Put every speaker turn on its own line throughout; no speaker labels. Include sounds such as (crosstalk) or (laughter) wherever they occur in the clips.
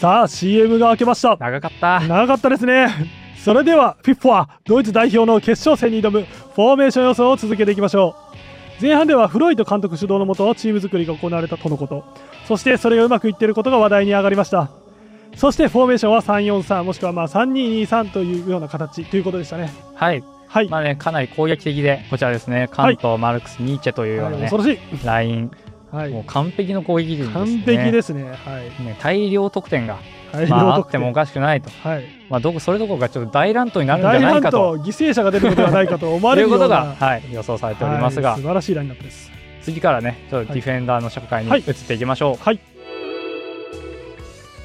さあ CM が明けました
長かった
長かったですねそれでは FIFA ドイツ代表の決勝戦に挑むフォーメーション予想を続けていきましょう前半ではフロイト監督主導のもとチーム作りが行われたとのことそしてそれがうまくいっていることが話題に上がりましたそしてフォーメーションは343もしくはまあ3223というような形ということでしたね
はい
はい、
まあねかなり攻撃的でこちらですね関東マルクス・ニーチェというような
はい
ね、
恐ろしい、
ライン
は
もう
い、
完璧の攻撃陣ですね
完璧ですねはい
ね大量得点が、
大
まあ、あ
量
っ
得
てもお
点
かしくないと、
はい、
まあ、どこそれどころかちょっと大乱闘になるんじゃ
大
な
乱
いかと
闘犠牲者が出ることはないかと思わ
と
れる
い
よ
うこ
うな
とが、はい、予想されておりますが、
はい素晴らしいラインナップです
次からねちょっ
は
と
い
ディフェンダーの紹介に
はい
移っていきましょう、
はい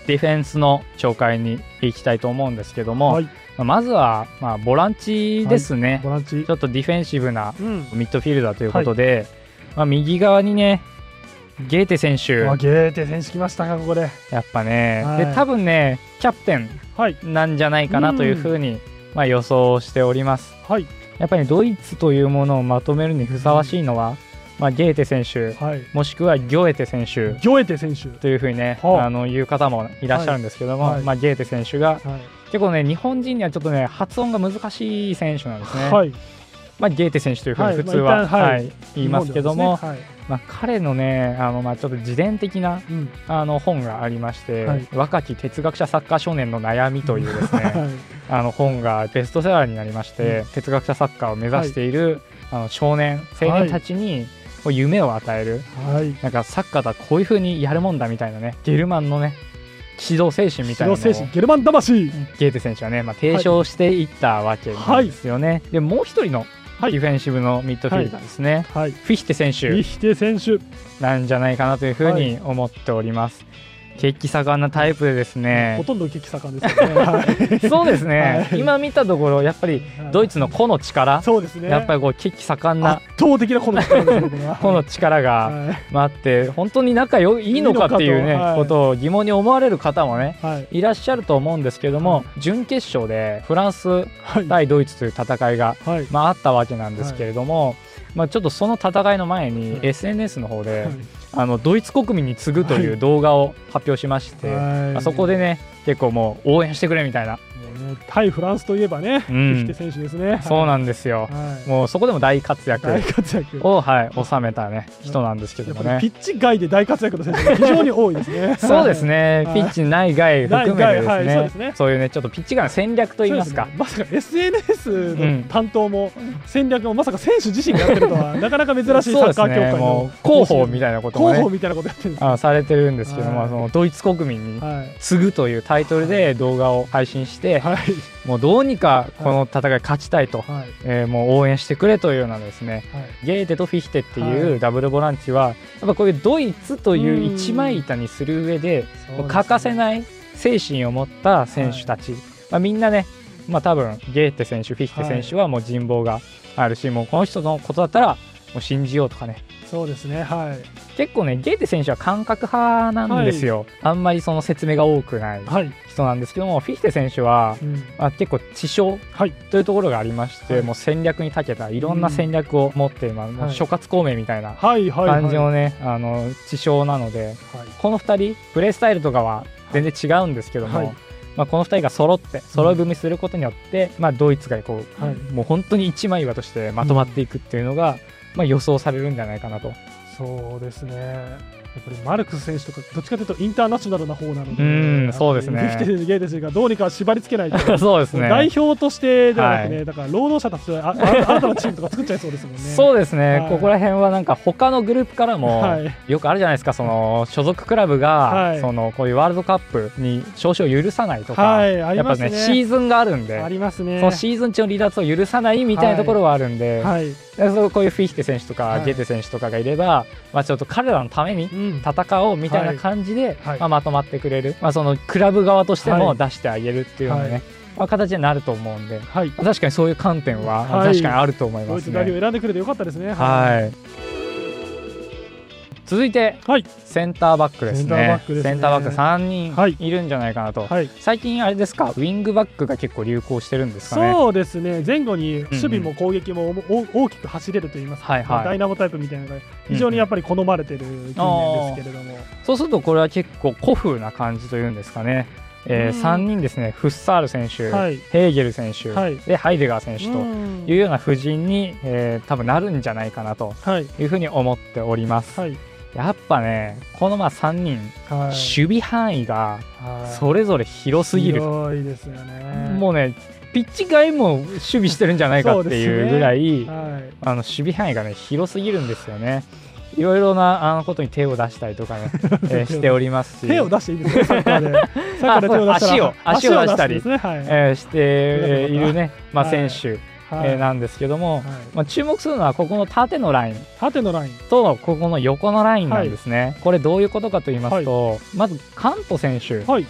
ディフェンスの紹介にいきたいと思うんですけども、
はい
まあまずは、まあ、ボランチですね、
ボランチ
ちょっとディフェンシブな
うん
ミッドフィルダーということで、まあ、右側にねゲーテ選手
わゲーテ選手来ましたかここで
やっぱね、
はい
で多分ねキャプテン
はい
なんじゃないかなというふうに、まあ、予想しております
はい
やっぱりドイツというものをまとめるにふさわしいのは、まあ、ゲーテ選手
はい
もしくはギョエテ選手
ギョエテ選手
というふうにね、
はあ
あのいう方もいらっしゃるんですけども、
はいはい
まあ、ゲーテ選手が
は
結構ね日本人にはちょっとね発音が難しい選手なんですね、
いはい
まあ、ゲーテ選手というふうに普通
はいまあ一
は、
旦はい
はい言いますけども、
日本ではです
まあ、彼のねあの、まあ、ちょっと自伝的な
ねはい
あの本がありまして、
はい
若き哲学者サッカー少年の悩みというです
うん (laughs)
ね
はい
あの本がベストセラーになりまして、
うん
哲学者サッカーを目指している、あの少年青年たちにこう夢を与える、
はい
なんかサッカーとはこういうふうにやるもんだみたいなねゲルマンのね指導精神みたいなのを
指導精神ゲルマン魂
ゲーテ選手はね、まあ、提唱していったわけなんですよね、でもう一人の
は
デ
い
ィフェンシブのミッドフィルダーですね、
はい
フィヒテ選手
リヒテ選手
なんじゃないかなというふうに思っております。血気盛んなタイプでです
ほ
ね。
とんど激盛んです
(laughs)
よねはい
そうですね、
はい
今見たところ、やっぱりドイツの個の力、
そうですね
やっぱ
り
りこう血気盛んな
圧倒的なこの力ですねこれ
(laughs)
は
個の力が
はい
まああって、本当に仲良いいのかっていう
いい
ね
のかとはい
ことを疑問に思われる方もね、
はい
いらっしゃると思うんですけども、準決勝でフランス
はい
対ドイツという戦いが、
はい
まあ、あったわけなんですけれども、まあ、ちょっとその戦いの前に
は、い
SNS の方で、
はい
あのドイツ国民に次ぐとい
は
う動画を発表しまして、
はい
まあ、そこでね結構もう応援してくれみたいな、
もうね対フランスといえばね
うん
リヒテ選手ですね
そうなんんですよ、
はい
もうそこでも大活躍
大活躍
を、はい、収めた、ね、人なんですけ
や
ど
っ
も
ぱりピ
ね。
ッチ外で大活躍の選手が非常に多いですね
(laughs) そうですね、
はい
ピッチ内外含めてですね,、
内外はいそ
そうう
ですね
いうねちょっとピッチ外の戦略と
そ
いうい
で
ますす
ね。
か
まさか SNS
う
の
ん
担当も戦略もまさか選手自身がやってるとはなかなか珍しいサ
そうで
ッ
す
カー協
ね
会
も
の
う広報みたいなことも
広報
ね
みたいなことやってるんですね。
あされてるんですけども、
はい
そのドイツ国民に
はい
次ぐというタイトルで動画を配信して、
はい
もうどうにかこの戦い勝ちたいと、
はい
えーもう応援してくれというようなですね
はい
ゲーテとフィヒテって
は
いうダブルボランチは、やっぱこういうドイツという
うん
一枚板にする上で、
そうですね
欠かせない精神を持った選手たち、まあ、みんなね、まあ、多分ゲーテ選手フィヒテ選手はもう人望があるし、もうこの人のことだったらもう信じようとかね
そうですねはい
結構ねゲーテ選手は感覚派なんですよ、あんまりその説明が多くない
はい
人なんですけどもフィヒテ選手は、
うん
まあ、結構知性
はい
というところがありまして、
はい
もう戦略に長けたいろんな戦略を持って、まあ、もう諸葛孔明みたいな
はいはいはい
感じのね、あの地消なので
はい
この2人プレースタイルとかは全然違うんですけども、
はい
まあ、この2人が揃って揃い踏みすることによって、まあ、ドイツがこう、
はい
もう本当に一枚岩としてまとまっていくっていうのが、まあ、予想されるんじゃないか
(laughs)
なと。
そうですね。やっぱりマルクス選手とかどっちかというとインターナショナルな方なので、
うんそうですね
フィフティゲイテ選手がどうにか縛り付けないと
そうですね
代表としてではなくね、
は
だから労働者たちとああ新たなチームとか作っちゃいそうですもんね。
(laughs) (laughs) そうですね、
はい
ここら辺はなんか他のグループからも、
はい
よくあるじゃないですかその所属クラブが、
はい
そのこういうワールドカップに招集を許さないとか、
はいあり
やっ
ま
ぱ
すね
ねシーズンがあるんで
ありますね。
そのシーズン中の離脱を許さないみたいなところはあるんで、
はい、
でそうこういうフィヒテ選手とか、
はい
ゲテ選手とかがいれば、まあ、ちょっと彼らのために
うん
戦おうみたいな感じで、
はい
まあ、まとまってくれる、まあ、そのクラブ側として
は
も
い
出してあげるっていうようなね、
はい
まあ、形になると思うんで
はい。
確かにそういう観点は、
はい
確かにあると思い
ド
ま
イ
す
ツ
ね。
代表選んでくれてよかったですね。
はい続いて、
はい
センターバックで
セ
すね
ンターバックですね
センターバック
は
3
い
人いるんじゃないかなと、
はい、
最近あれですかウィングバックが結構流行してるんですかね
そうですね前後に守備も攻撃もおもお大きく走れると言いますか、
はいはい
まあダイナモタイプみたいなのが非常にやっぱり好まれてる近年ですけれども、
そうするとこれは結構古風な感じというんですかね、え
うん
3人ですねフッサール選手、
はい
ヘーゲル選手、
はい
でハイデガー選手と
うん
いうような布陣に、えー多分なるんじゃないかなと
はい
いうふうに思っております、
はい
やっぱねこのまあ3人、
はい
守備範囲が
はい
それぞれ広すぎる、
広いですよね
もうねピッチ外も守備してるんじゃないかっていうぐらい、
はい
あの守備範囲がね広すぎるんですよねいろいろなあのことに手を出したり
(laughs)
とかね、えーしておりますし
手を出していいですか、サッカーで。サッカーで手を出したら
足を足を出したり
足を出してですね、はい。
えーしてえーいるね、まあ、
はい
選手、
はい
えーなんですけども、
はい
まあ、注目するのはここの縦のライン
縦のライン。
とここの横のラインなんですね、これどういうことかと言いますと、まずカント選手
はい。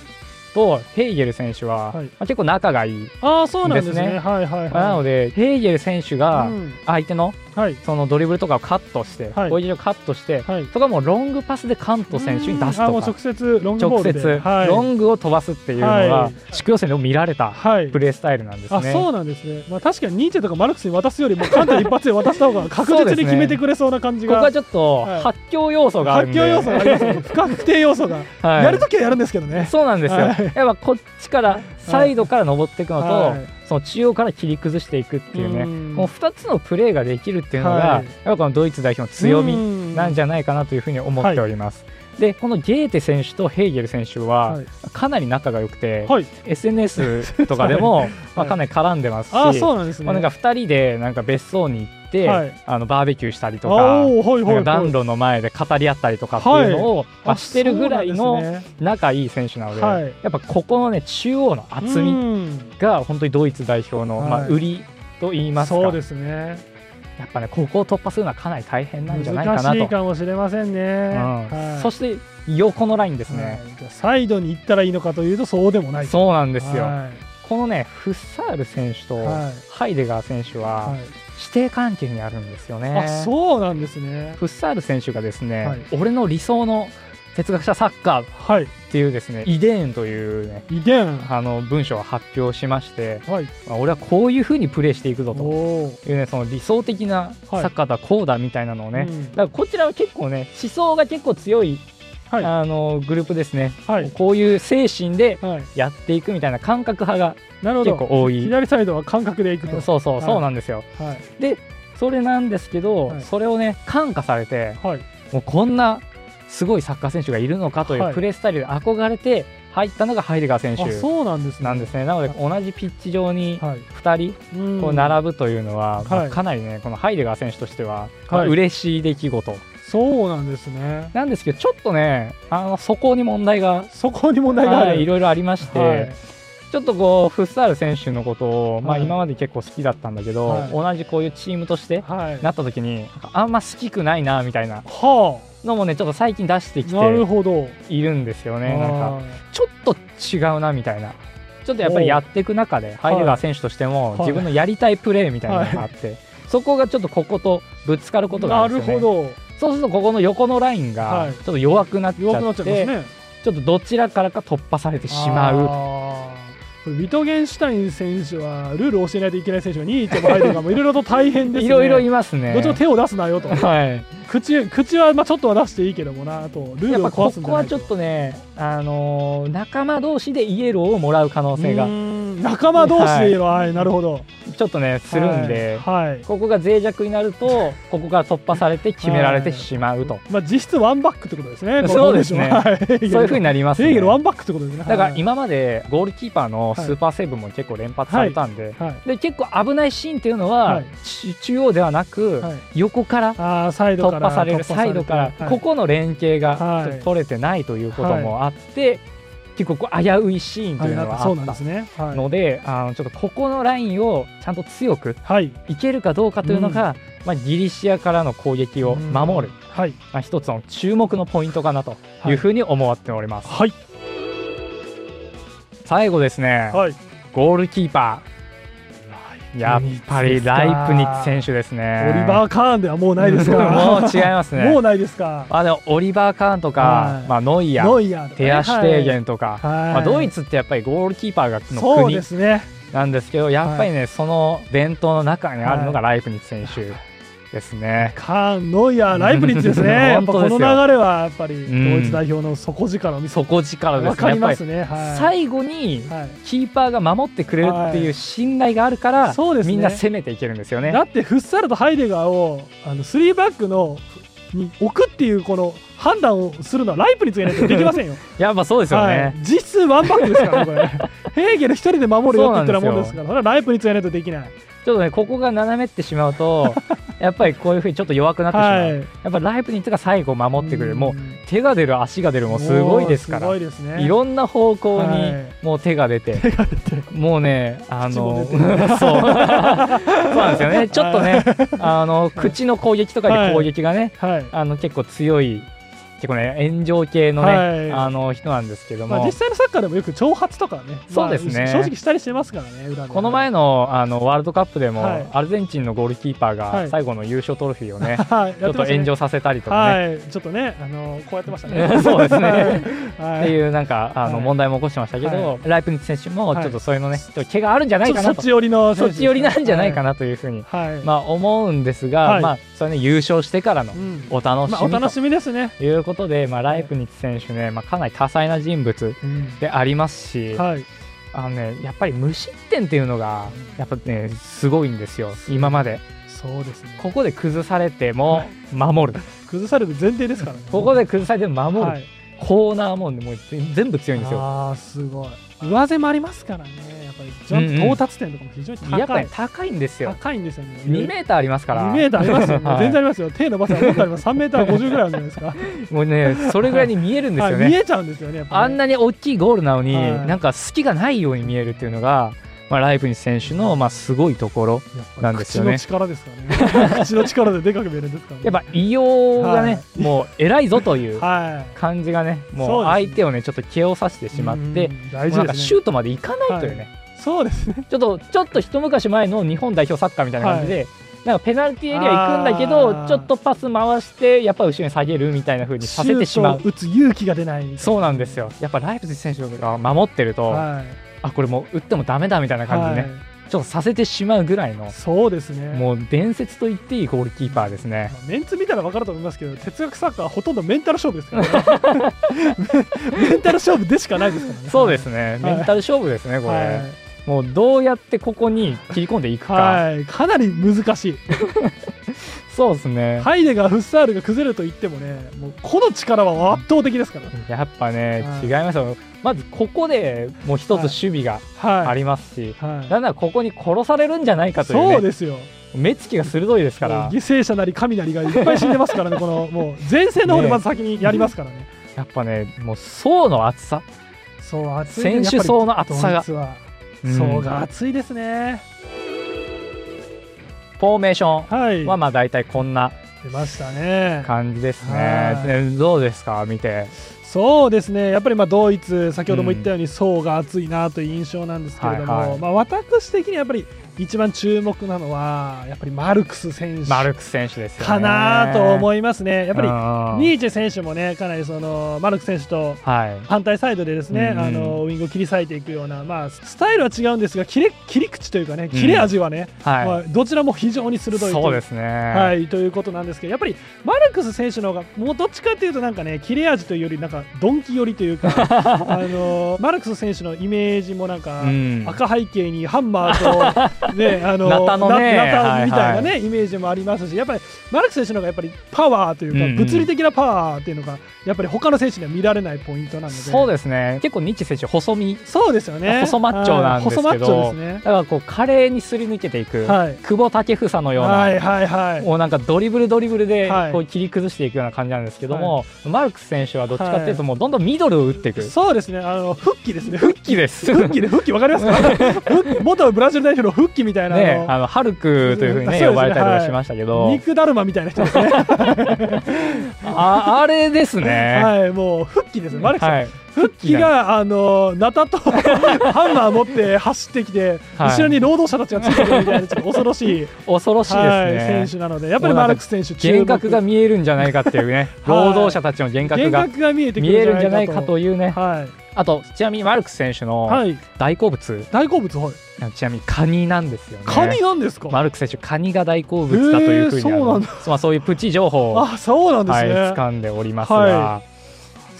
とヘーゲル選手は、
はい
まあ、結構仲がいい、
ああ、そうなんですね。
ですね
はいはいはい。
まあなのでヘーゲル選手が
うん
相手の
はい。
そのドリブルとかをカットして、
はい
攻撃をカットして、
はい。
そこはもうロングパスでカント選手に出す
あーも
と
う直
か
接ロングボ
直
ールで。
接
はい。
ロングを飛ばすっていうの
は
が
い
地区予選でも見られた
はい
プ。レースタイルなんですね。
あそうなんですね、まあ、確かにニーチェとかマルクスに渡すよりも、カンタ一発で渡した方が確実に決めてくれそうな感じ
ここ
が、
はちょっと
はい
発狂要素があるん
発
で、
狂要素がありますね、不確定要素が、
はい
やるときはやるんですけどね、
そうなんですよ、
はい
やっぱこっちからサイドから登っていくのと、
はい
その中央から切り崩していくっていうね
うん
この2つのプレーができるっていうのが、
はい
やっぱこのドイツ代表の強みなんじ
ゃ、
ゃないかなというふうに思っております。でこのゲーテ選手とヘーゲル選手は
はい
かなり仲が良くて、
はい、 (laughs)
SNS とかでも、まあ、かなり絡んでますし、
ああ、そうなんですね。
まあ、なんか2人でなんか別荘に行って、
はい
あのバーベキューしたりと
あ
か
ーはいはい
な
は
んか
い、
暖炉の前で語り合ったりとかっていうのを、まあ、
あ
してるぐらい
そう
の
なんですね
仲いい選手なので、
はい
やっぱここのね中央の厚
う
み
ん
が本当にドイツ代表の、
はい
まあ、売りと言いますか
そうですね
やっぱねここを突破するのはかなり大変なんじゃないか
難
な
し
と
い、かもしれませんね、
うん
はい
そして横のラインです
は
ね、
いじゃあサイドに行ったらいいのかというとそうでもない
そうなんですよ、
はい
このねフッサール選手と
はい
ハイデガー選手は
はい
師弟関係にあるんですよね、
あそうなんですね
フッサール選手がですね、
はい
俺の理想の哲学者サッカーっ
はい
ていうですね遺伝というね
遺伝
あの文章を発表しまして、
はい
まあ俺はこういうふうにプレーしていくぞ
お
と
おー
いうねその理想的なサッカーとはこうだみたいなのをね、
う
だ
ん
からこちらは結構ね思想が結構強い、
はい
あのグループですね、
はい
こういう精神で
はい
やっていくみたいな感覚派
なるほ
が結
ど
構多い
左サイドは感覚で行くと
そうそう
はい
そうなんですよ、
はい
でそれなんですけど、
はい
それをね感化されて、
はい
もうこんなすごいサッカー選手がいるのかとい
は
う
い
プレースタイルで憧れて入ったのがハイデガー選
あ
手
そうなんですね
なんですね。なので同じピッチ上に
はい
2人
うん
こう並ぶというのは、まあ
はい
かなりねこのハイデガー選手としては、まあ
はい
嬉しい出来事
そうなんですね
なんですけどちょっとねあのそこに問題が。
そこに問題があ
はい
る
いろいろありまして、
はい
ちょっとこうフッサール選手のことを、ま
は
あ、
い
今まで結構好きだったんだけど、
はい
同じこういうチームとして
はい
なった時になんかあんま好きくないなみたいな
は
のもねちょっと最近出してき
あなる
て
ほど
いるんですよねなんか
あー
ちょっと違うなみたいなちょっとやっぱりやっていく中でハイデガー選手としても
はい
自分のやりたいプレーみたいなのがあって、そこがちょっとこことぶつかることがあるんですよ、ね、
なるほ
そうするとここの横のライン
は
が
い
ちょっと弱くなっち
ど弱く
ゃ
な
っ
っち
て、
ゃいますね
ちょっとどちらからか突破されてしまう
あーこれビトゲンシュタイン選手はルールを教えないといけない選手がニーチェもハイデガーもいろいろと大変ですね
いろいろいますね
どっちも手を出すなよと
はい
口口はまあちょっとは出していいけどもなとルー
や
ル
っぱ
を壊
こ
すん
こ
じゃな
はいちょっとね、あのー仲間同士でイエローをもらう可能性
うー
が
ん仲間同士でいいのはい、なるほど
ちょっとねするんで、
はい、はい
ここが脆弱になるとここから突破されて決められてしまうと、
まあ実質ワンバックってことですねこの
そうですね
はい
そういうふうになります、
ヘー
ね
ゲ、ルワンバックってことですね
だから
はい
今までゴールキーパーのスーパーセーブも結構連発されたんで、
はい
で結構危ないシーンっていうのは、
はい
ち中央ではなく、
はい
横から
あーサイドか
突
ら
破されるサイドから、
はい
ここの連携が
はい
ちょっと取れてないということもあって、結構こう危ういシーンと
はいいう
の
なん
が
か
あ
そ
っ
うなんです
た
ねはい
ので、あのちょっとここのラインをちゃんと強く
はい
いけるかどうかというのが、まあ、ギリシアからの攻撃を守る、
うんはい
まあ、一つの注目のポイントかなと
はい
いうふうに思っております。
はい
最後ですね、
はい
ゴールキーパ
ライ
やっぱりライプニッツ選手ですね。
オリバー・カーンではもうないですから
(laughs) もう違います
(laughs)
ね。
もうないですか
あでもオリバー・カーンとか、
はい
まあ、ノイアー、
ノイアーとかね
手足提言とか、
はい
まあ、ドイツってやっぱりゴールキーパーがの
そう
国
ですね
なんですけどやっぱりね、その伝統の中にあるのがライプニッツ選手ですね。
カーンノイアーライプニッツですねやっぱこ
(laughs) 本当
の
です
流
よ
れはやっぱりドイツ代表の底力を見せ
底力で
わ
すね
か
や
り
っぱ
ま
り
すねは
最後に
い、はい
キーパーが守ってくれるっていう信頼があるから、
そうですね
みんな攻めていけるんですよね。
だってフッサルとハイデガーをあの3バックのに置くっていうこの判断をするのはライプニッツがいないとできませんよ
やっぱそうですよね。
はい、実質ワンバックですからね
(laughs)
これヘーゲル一人で守るよって言ったらもんですからそれはライプニッツがいないとできない
ちょっとねここが斜めってしまう
(laughs)
とやっぱりこういうふうにちょっと弱くなってしまう、
はい
やっぱライプニッツが最後守ってくれるもう
う
手が出る足が出るもうすごいですから
もうすごいですね
いろんな方向に
はい
もう手が出て、もうねあの
口
(laughs) そう
も出てる
そうなんですよねちょっとね、あの口の攻撃とかで攻撃がね、
はい
あの結構強い結構ね炎上系のね、
はい
あの人なんですけども、
まあ、実際のサッカーでもよく挑発とかね、
そうですね
まあ正直したりしてますからね、裏で
この前のあのワールドカップでも、
はい
アルゼンチンのゴールキーパー
は
が
い
最後の優勝トロフィ
(laughs)
ーをね、
はい、
ちょっと炎上させたりとかね。。
はい、ちょっとね、あのこうやってましたね
(laughs) そうですね
は
って
い。
いうなんかあの
はい
問題も起こしてましたけど、
は
ライプニッツ選手も
はい
ちょっとそういうのね、ちょっと怪があるんじゃな
ちょ
い
っと
か
そ
な
っ
と、
ち寄りの
そっち寄りなんじゃないか
な。
なというふうに、
はい。
まあ思うんですが、
はい
まあそれね優勝してからの
うん
お楽し
まあお
み
楽
と
しみですね。
いうことで、まあライプニッツ選手ね、まあかなり多彩な人物でありますし、
はい。
あのねやっぱり無失点っていうのがやっぱねすごいんですよ。今まで
そうですね。
ここで崩されても守る、
崩される前提ですからね。
ここで崩されても守る、
はい。
コーナーもねもう全部強いんですよ。
ああ、すごい。上背もありますからね。やっぱりジ
うんう
ャン
ん
プ到達点とかも非常に高い。
やっぱり高いんですよ。
高いんですよね。
2メーターありますから。
2メーターありますよ、ね
はい
全然ありますよ。手伸ばせばもっとあります。3メーター50ぐらいあるんじゃないですか。
もうね、それぐらいに見えるんです
は
よ
い、見
ね。
えちゃうんですよね。やっぱね
あんなに大きいゴールなのに、
はい
なんか隙がないように見えるっていうのが、まあ、ライプニッツ選手の、まあ、すごいところ。
やっぱり
なんですよね
口の力ですからね。口の力ででかく見えるんですからね。
やっぱ、異様がね、
は
もう偉いぞ
(laughs)
という
は
感じがね、
そう
もう
ですね
相手をね、ちょっと気をさせて
い。
しまっ
う
て、
ん、
も
大
うな
事
ん
で
か
すね。
シュートまでいかないというね、
そうですね。
ちょっと、ちょっと一昔前の日本代表サッカーみたいな感じで、なんかペナルティーエリア行くんだけ
あー
ど、ちょっとパス回して、やっぱり後ろに下げるみたいな風にさせてしまう
シュー。トを打つ勇気が出ない。
そうなんですよ。やっぱライプツィヒ選手が守ってると、
はい。
あこれもう打ってもダメだみたいな感じでね、ちょっとさせてしまうぐらい
は
の
い。、そうですね。
もう伝説と言っていいゴールキーパーですね。
まあメンツ見たら分かると思いますけど、哲学サッカーはほとんどメンタル勝負ですから
(laughs)
ね。メンタル勝負でしかないですからね。
そうですね、メンタル勝負ですね、これ、
は
もうどうやってここに切り込んでい
い。
くか、
はい。かなり難しい。
そうですね、
ハイデガー、フッサールが崩れると言ってもね、もう個の力は圧倒的ですから。
やっぱね、
はい
違いますよ、まずここでもう一つ守備があ
はい。
りますし、
はい。
なんならここに殺されるんじゃないかとい,、
そうう
ね、
ですよ。
目つきが鋭いですか
も
ら
う、犠牲者なり神なりがいっぱい死んでますからね、このもう前線の方でまず先にやりますからね。
やっぱね、もう層の厚さ、
そう、暑
選手層の厚さが。
が。
うん
そうが暑いですね。
フォーメーション
はい。
はまあ大体こんな
出ましたね。
感じですね
は。い
ねどうですか見て。
そうですね。やっぱりまあドイツ、先ほども言ったように層が暑いなという印象なんですけれども、
はいはい
まあ私的にはやっぱり一番注目なのはやっぱりマルクス選手
マルクス選手ですよね。
かなと
い
思いますね。やっぱりニ
り
ーチェ選手もね、かなりそのマルクス選手と
はい。
反対サイドでですね、
うんうん
あのウイングを切り裂いていくような、まあ、スタイルは違うんですが切れ切り口というかね切れ味はね、ま
は
あ、どちらも非常に鋭
い。
いとい
そうです
は
ね。
い、ということなんですけどやっぱりマルクス選手の方がもうどっちかというとなんかね切れ味というよりなんかドンキ寄りと
(laughs)
いうかあのマルクス選手のイメージもなんか、
うん
赤背景にハンマーと、
(laughs)
ね、あの
ナタのね
ナナタみたいな、ね
は
イメージもありますしやっぱりマルクス選手の方がやっぱりパワーというか、
うんうん
物理的なパワーというのがやっぱり他の選手には見られないポイントなので
そうですね。結構ニッチ選手細身。
そうですよね。
細マッチョなんですけど
はい細マッチョです
だからこう華麗にすり抜けていく。
ね。はい。
久保建英のよう
は
な。
いはいはい。
もうなんかドリブルドリブルで
はい
こう切り崩していくような感じなんですけども、マルクス選手はどっちかっていうともうどんどんミドルを打っていく、
そうですね。あの復帰ですね。
復帰です
復帰で復帰わかりますか？
(laughs)
復帰元ブラジル代表の復帰みたいな、
ね、
あ
あのハルクというふうに
そうですね
ね呼ばれたりとかしましたけど、
の肉だるまみたいな人ですね。
ああれです
(laughs)
ね。
はい、もう復帰ですね、マレックさん、
はい、
復帰が、あのナ
(laughs)
タとハンマー持って走ってきて、
はい
後ろに労働者たちがついてくるみたいな、ちょっと恐ろしい
恐ろしい
はい
で
選
す
手な
ね。
ので、やっぱりマレックス選手、注目
幻覚が見えるんじゃないかっていうね、
はい
労働者たちの幻覚が
幻覚が見えてく
見える
る
ん
ん
じ
じ
ゃ
ゃ
な
ないい
か
か
と
と。
いうね、
はい、
あとちなみにマルクス選手の
はい、
大好物、
大好物、はい、
ちなみにカニなんですよね。
カニなんですか、
マルクス選手、カニが大好物だというふうに、
へー
あ
そうな
の
ん
まあ、そういうプチ情報を、
あそうなんで
は
す
い、
ね、
掴んでおりますが、
は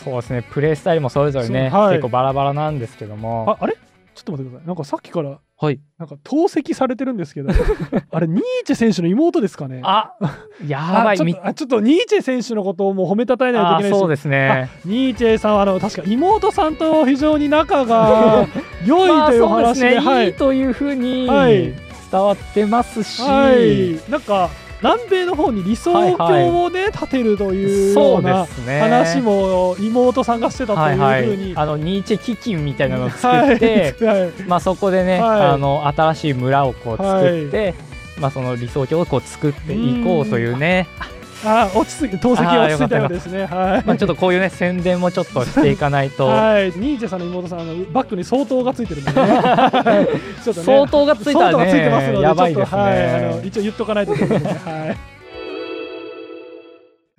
そうですね、プレースタイルもそれぞれね、
そうはい
結構バラバラなんですけども、
ああれちょっと待ってください、なんかさっきから、
はい、
なんか透析されてるんです
(laughs)
けど、あれ、ニーチェ選手の妹ですかね。
あやば
あ
い、
ちょっ
み
とあちょっとニーチェ選手のことをもう褒めたたえない
あ
といけない
そう
し、
ですね。
ニーチェさんはあの確か妹さんと非常に仲
(laughs)
が良
ま
い
あ
というお
そうで
話
す
で、
ね、、
はい
い
い、
というふうに
はい
伝わってますし、
はい、なんか南米の方に理想郷をね、立てるというよ
そううで
な
すね
話も妹さんがしてたと
はいいは
うふう
い
に、
あのニーチェ基金みたいなのを作って、
(laughs) はいはい
まあ、そこでね、
はい
あの新しい村をこう作って、まあ、その理想郷をこう作っていこうというね、
あ落ち着き透析が落ち着いたようですね。はい。
まあ、ちょっとこういうね宣伝もちょっとしていかないと、
はい、ニーチェさんの妹さんあのバッグに相当がついてるんで、ね、
(laughs)
ちょっとね
相当がついた
相当
ら
がついてますの
ね
で
やばい
ちょ
で
っ
す
とはい、あの
ね。
一応言っとかないといけないですね。はい。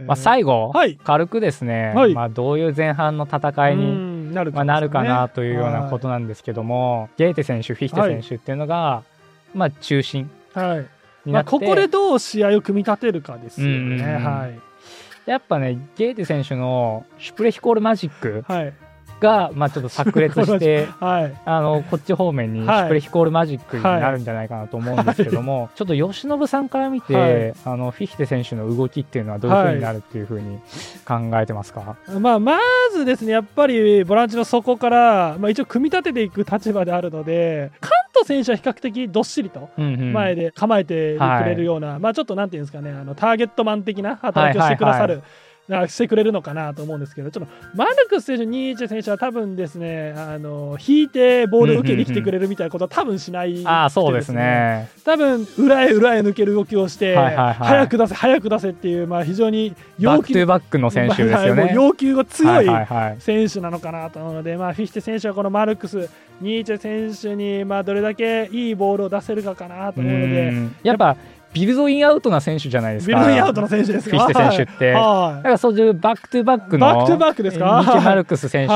まあ、最後、
はい
軽くですね、
はい
まあ、どういう前半の戦
後
いに
になる。
まあ、なるかなというようなこととなんですけども、ゲーテ選手、フィヒテ選手っていうのが、まあ、中心
はい。はい
に
ま
なっ
あ
て、
ここでどう試合を組み立てるかですよ
うんうん
ね。
うん
はい。
やっぱね、ゲーテ選手のシュプレヒコールマジック
はい。
が、まあ、ちょっ
(laughs)
と炸裂して、
はい。
あのこっち方面にシ
はい
ュプレヒコールマジックになるんじゃないかなと思うんですけども、ちょっと由伸さんから見て、
はい
あのフィヒテ選手の動きっていうのはどういうふうになるっていうふうに考えてますか、
まあまずですねやっぱりボランチの底からまあ一応組み立てていく立場であるので、カント選手は比較的どっしりと。
うんうん
前で構えてくれるような、まあちょっとなんていうんですかねあのターゲットマン的な働きをしてくださる、なしてくれるのかなと思うんですけどちょっとマルクス選手ニーチェ選手は多分ですねあの引いてボールを受けに来てくれるみたいなことは多分しない、
ああそうですね。
多分裏へ裏へ抜ける動きをして、
はいはいはい
早く出せ早く出せっていう、まあ、非常に
バ
要
ックトゥ
求
ーバックの選手ですよ
もう
ね。
要求が強い
はいはいはい
選手なのかなと思うので、まあ、フィヒテ選手はこのマルクス、ニーチェ選手に、まあ、どれだけいいボールを出せるかかなと思うの
う
で、
んやっぱビルドインアウトな選手じゃないです
ビ
か。
ルドインアウトの選手です
フィ
か
ヒテ選手って。だ
はい
からそういうバックトゥバックの
バックトゥバックですか
ニッケ・マルクス選手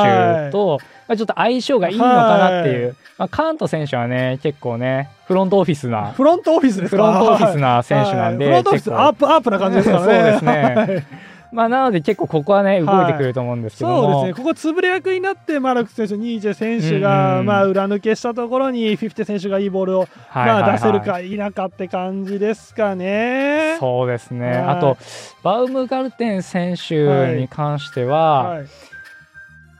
と、まあちょっと相性がいいのかなっていう、
は
まあ、カント選手はね結構ねフロントオフィスな
フロントオフィスです
フ
か
ロントオフィスな選手なんで、
はいフロントオフィス
結構
アップアップな感じですからね。
そうですねまあ、なので結構ここはね動いてくると思うんですけども、
そうですね、ここ、つぶれ役になって、マルクス選手、ニーチェ選手が、
うん
まあ、裏抜けしたところに、フィフテ選手がいいボールを、
はいはいはい
まあ、出せるか否かって感じですかね。
そうですね、
はい
あとバウムガルテン選手に関しては、
はい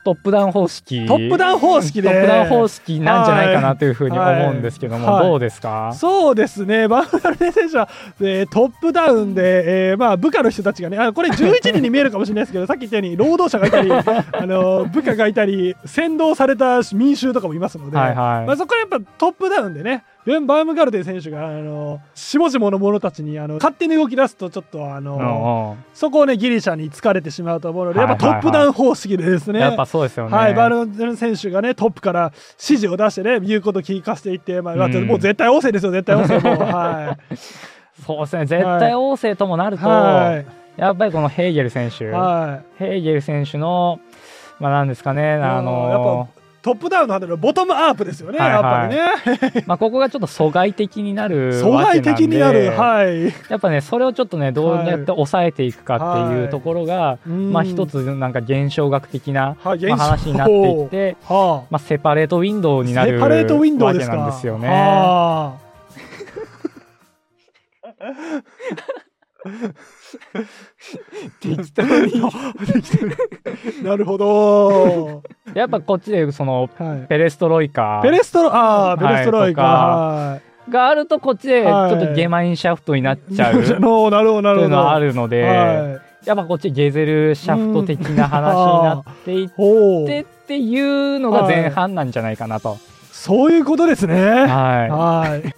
トップダウン方式
トップダウン方式で
トップダウン方式なんじゃないかなというふうに思うんですけども、
はいはい
どうですか、
そうですね、 (laughs) バウラルネ選手は、えートップダウンで、えーまあ、部下の人たちがね、あのこれ11人に見えるかもしれないですけど、さっ (laughs) き言ったように労働者がい
(laughs)
たり、あの部下がいたり、先導された民衆とかもいますので、
はいはい
まあ、そこはやっぱトップダウンでね、ベン・バウムガルデン選手が、あの下々の者たちにあの勝手に動き出すと、ちょっとあの、
うんうん
そこをね、ギリシャに疲れてしまうと思うので、やっぱト
はいはいは
ッ
い
プダウン方式でですね。
やっぱそうですよね。
はい、バルデン選手がねトップから指示を出してね言うことを聞かせていって、まあ、
うん
もう絶対旺盛ですよ絶対旺盛
(laughs)
もうは
そうですね。絶対王政ともなる
い
と、
は
やっぱりこのヘーゲル選手、
いはい
ヘーゲル選手の、まあなんですかね、あの
やっぱトップダウンの反対のボトムアップですよね、
はいはい
やっぱりね
まあここがちょっと阻害的になる
阻
わ
害
けなんで、
的になるはい
やっぱねそれをちょっとねどうやって抑えていくかっていうところが、
うん
まあ一つなんか現象学的な、
はい現象
まあ話になっていって。
は
まあ、セパレートウィンドウ
あ
になる
セパレートウィンドウですか
わけなんですよね。
はあ (laughs)
適当に
なるほど、
(laughs) やっぱこっちでその
はい、
ペレストロイカ
ペレストロああペレストロイカ、
は
はい
があるとこっちでちょ
はい
っとゲマインシャフトになっち
(laughs)
ゃう
な
って
る
いう
ほどなるほどなるほ
の
ど
はあるので、
はい
やっぱこっちゲゼルシャフト的な話になっていっ
ほう
てっていうのが前半なんじゃないかなと。
そういうことですね。
はい
はい。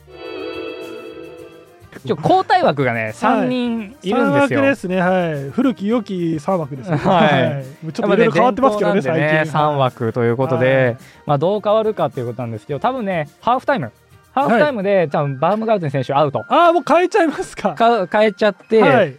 ちょ交代枠がね3人 (laughs) いるん
三
ですよ。
枠ですね、はい、古き良き三枠ですね、
(laughs) はい
いちょっといろいろ変わってますけどね、最近。
3枠ということで、
はい
まあ、どう変わるかということなんですけど多分ねハーフタイムハーフタイムで、多分バームガルテン選手アウト
ああ、もう変えちゃいますか。
か変えちゃって、
はい、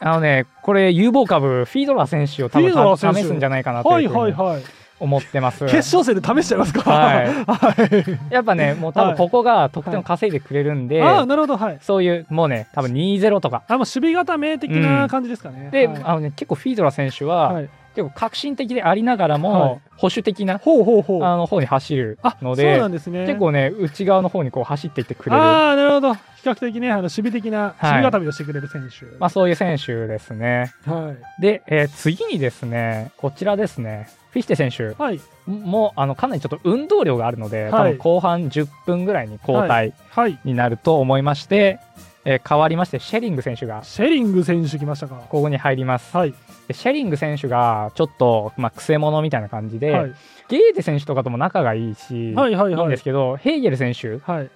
あのねこれ有望株フィードラー選手を多
フィードラ
分
ー選手
試すんじゃないかなと
はいいう
ふう
はい
に
はい。
思ってます。
決勝戦で試しちゃいますか。
はい
は
やっぱねもう多
は
分
い
ここが得点を稼いでくれるん
い
で、
ああ、なるほど、はい。
そういうもうね多分2-0とか。
あもう守備固め的な感じですかね。
で、
はい
あのね、結構フィードラー選手は、
はい
結構革新的でありながらも、
はい
保守的な
ほうほうほう。
あの方に走る
あ
の
そう
で
なんですね。
結構ね内側の方にこう走っていってくれる
ああ、なるほど。比較的ね、あの守備的な、守備固めをしてくれる選手。
まあ、そういう選手ですね
はい。
で、えー次にですねこちらですねフィヒテ選手
はい。
もあのかなりちょっと運動量があるので、
はい
多分後半10分ぐらいに交代
はい。
になると思いまして、えー変わりましてシェリング選手が
シェリング選手来ましたか。
ここに入ります
はい。
でシェリング選手がちょっと、まあ、くせ者みたいな感じで、
はい。
ゲーテ選手とかとも仲がいいし、
はいはい
いいん
は
で
い
す。けどヘーゲル選手
はい。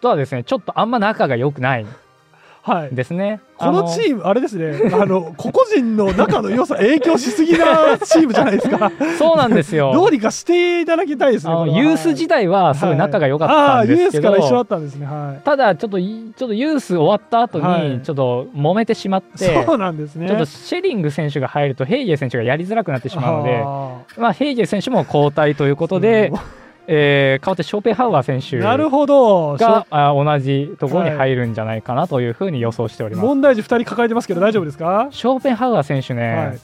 とはですねちょっとあんま仲が良くない
はい。
ですね。
(laughs) このチーム、あれですね、あの、個々人の仲の良さ、影響しすぎなチームじゃないです
(laughs)
か。
あのそうなんで
(laughs)
すよ。
どうにかしていただきたいですね。
あの
これは
ユース時代はすごい仲が良かったんですけど、
はいああユースから一緒だったんですね。はい。
ただちょっといちょっとユース終わった後
はい
にちょっと揉めてしまって、
そうなんですね。
ちょっとシェリング選手が入るとヘイゲル選手がやりづらくなってしまうので、
あ
まあヘイゲル選手も交代というこ
ー
とで、えー代わってショーペンハウアー選手
なるほど。
があ同じところに入るんじゃないかなというふうに予想しております。
問題児2人抱えてますけど大丈夫ですか
ショーペンハウアー選手ね、
はい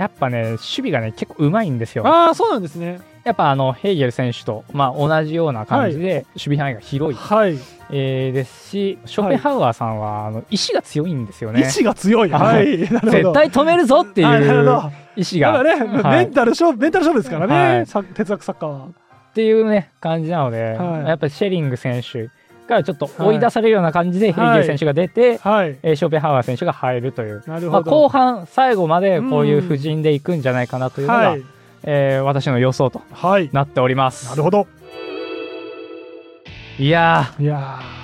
やっぱね守備がね結構うまいんですよ。
ああそうなんですね
やっぱあのヘーゲル選手と、まあ、同じような感じで守備範囲が広い、
はい、
えーですしショペンハウアーさんはあの意志が強いんですよ
意
ね。
志が強いは
はい
なるほど
絶対止めるぞってい
はいなるほ
う
ど
意志
だ
が
か
っ
らね、
はい
メンタル勝負メンタル勝負ですからね、
はい
さ哲学サッカーは
ていうね感じなので、
はい
やっぱりシェリング選手からちょっと追い出されるような感じでヘーゲル選手が出て、
はい
えーショペンハウアー選手が入るという。
なる
まあ、
ほ
後
ど、
半最後までこういう布陣でいくんじゃないかなというのが、
はい
えー私の予想と
はい
なっております。
なるほど
いや
いや
ー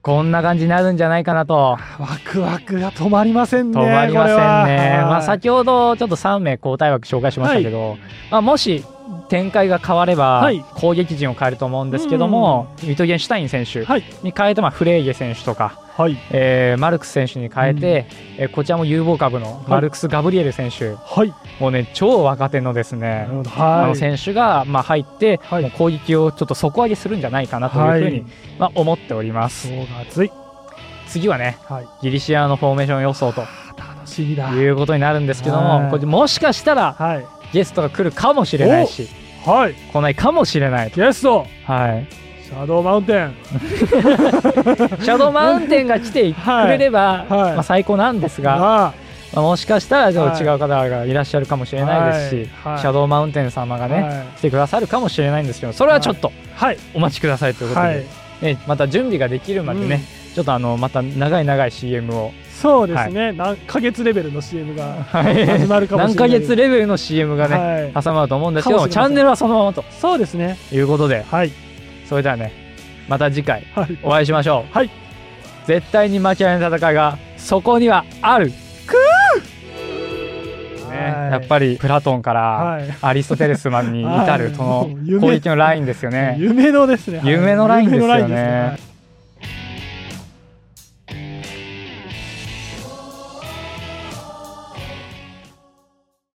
こんな感じになるんじゃないかなと
ーワクワクが止まりませんね
止まりませんね。
これは
ま
は
あ、
い
先ほどちょっと3名交代枠紹介しましたけど、まあ、もし展開が変われば、
はい
攻撃陣を変えると思うんですけども、ミトゲンシュタイン選手
はい
に変えて、まあ、フレーゲ選手とか、
はい
えーマルクス選手に変えて、えーこちらも有望株のマルクス・ガブリエル選手、
はい
もうね、超若手のです
な
ね
る、ほど
あの
はい
選手が、まあ、入って、
はい
もう攻撃をちょっと底上げするんじゃないかなというふうに、まあ、思っております。
そうが熱い
次はね、
はい
ギリシアのフォーメーション予想と
楽しみだ
いうことになるんですけども、
はい
これもしかしたら
はい
ゲストが来るかもしれないし
はい
来ないかもしれないと、
ゲスト (laughs)
はい、
シャドウマウンテン
シャドウマウンテンが来てく
はい
れれ
(laughs)
ば、
はい
まあ、最高なんですが、
なあ
まあもしかしたらちょっと違
は
う方がいらっしゃるかもしれないですし、
はいはい
シャドウマウンテン様がね、
はい
来てくださるかもしれないんですけどそれはちょっと
はい
お待ちくださいということで、
はい
ね、また準備ができるまでね、ちょっとあのまた長い長い CM を
そうですね、何ヶ月レベルの CM が
はい (laughs)
始まるかも
何
しれな
ヶ
い
月レベルの CM がね、
はい
挟まると思うんですけど
か
も
もし
チ
れま
ャ
せん
ンネルはそのままと
そうですね
いうことで
はい
それではねまた次回
はい
お会いしましょう
はい
絶対に負けられない戦いがそこにはあるね、やっぱりプラトンから
はい
アリストテレスマンに至
はい
るその
もう夢
攻撃のラインですよね
夢のですね
夢のラインですよね
夢のラインですね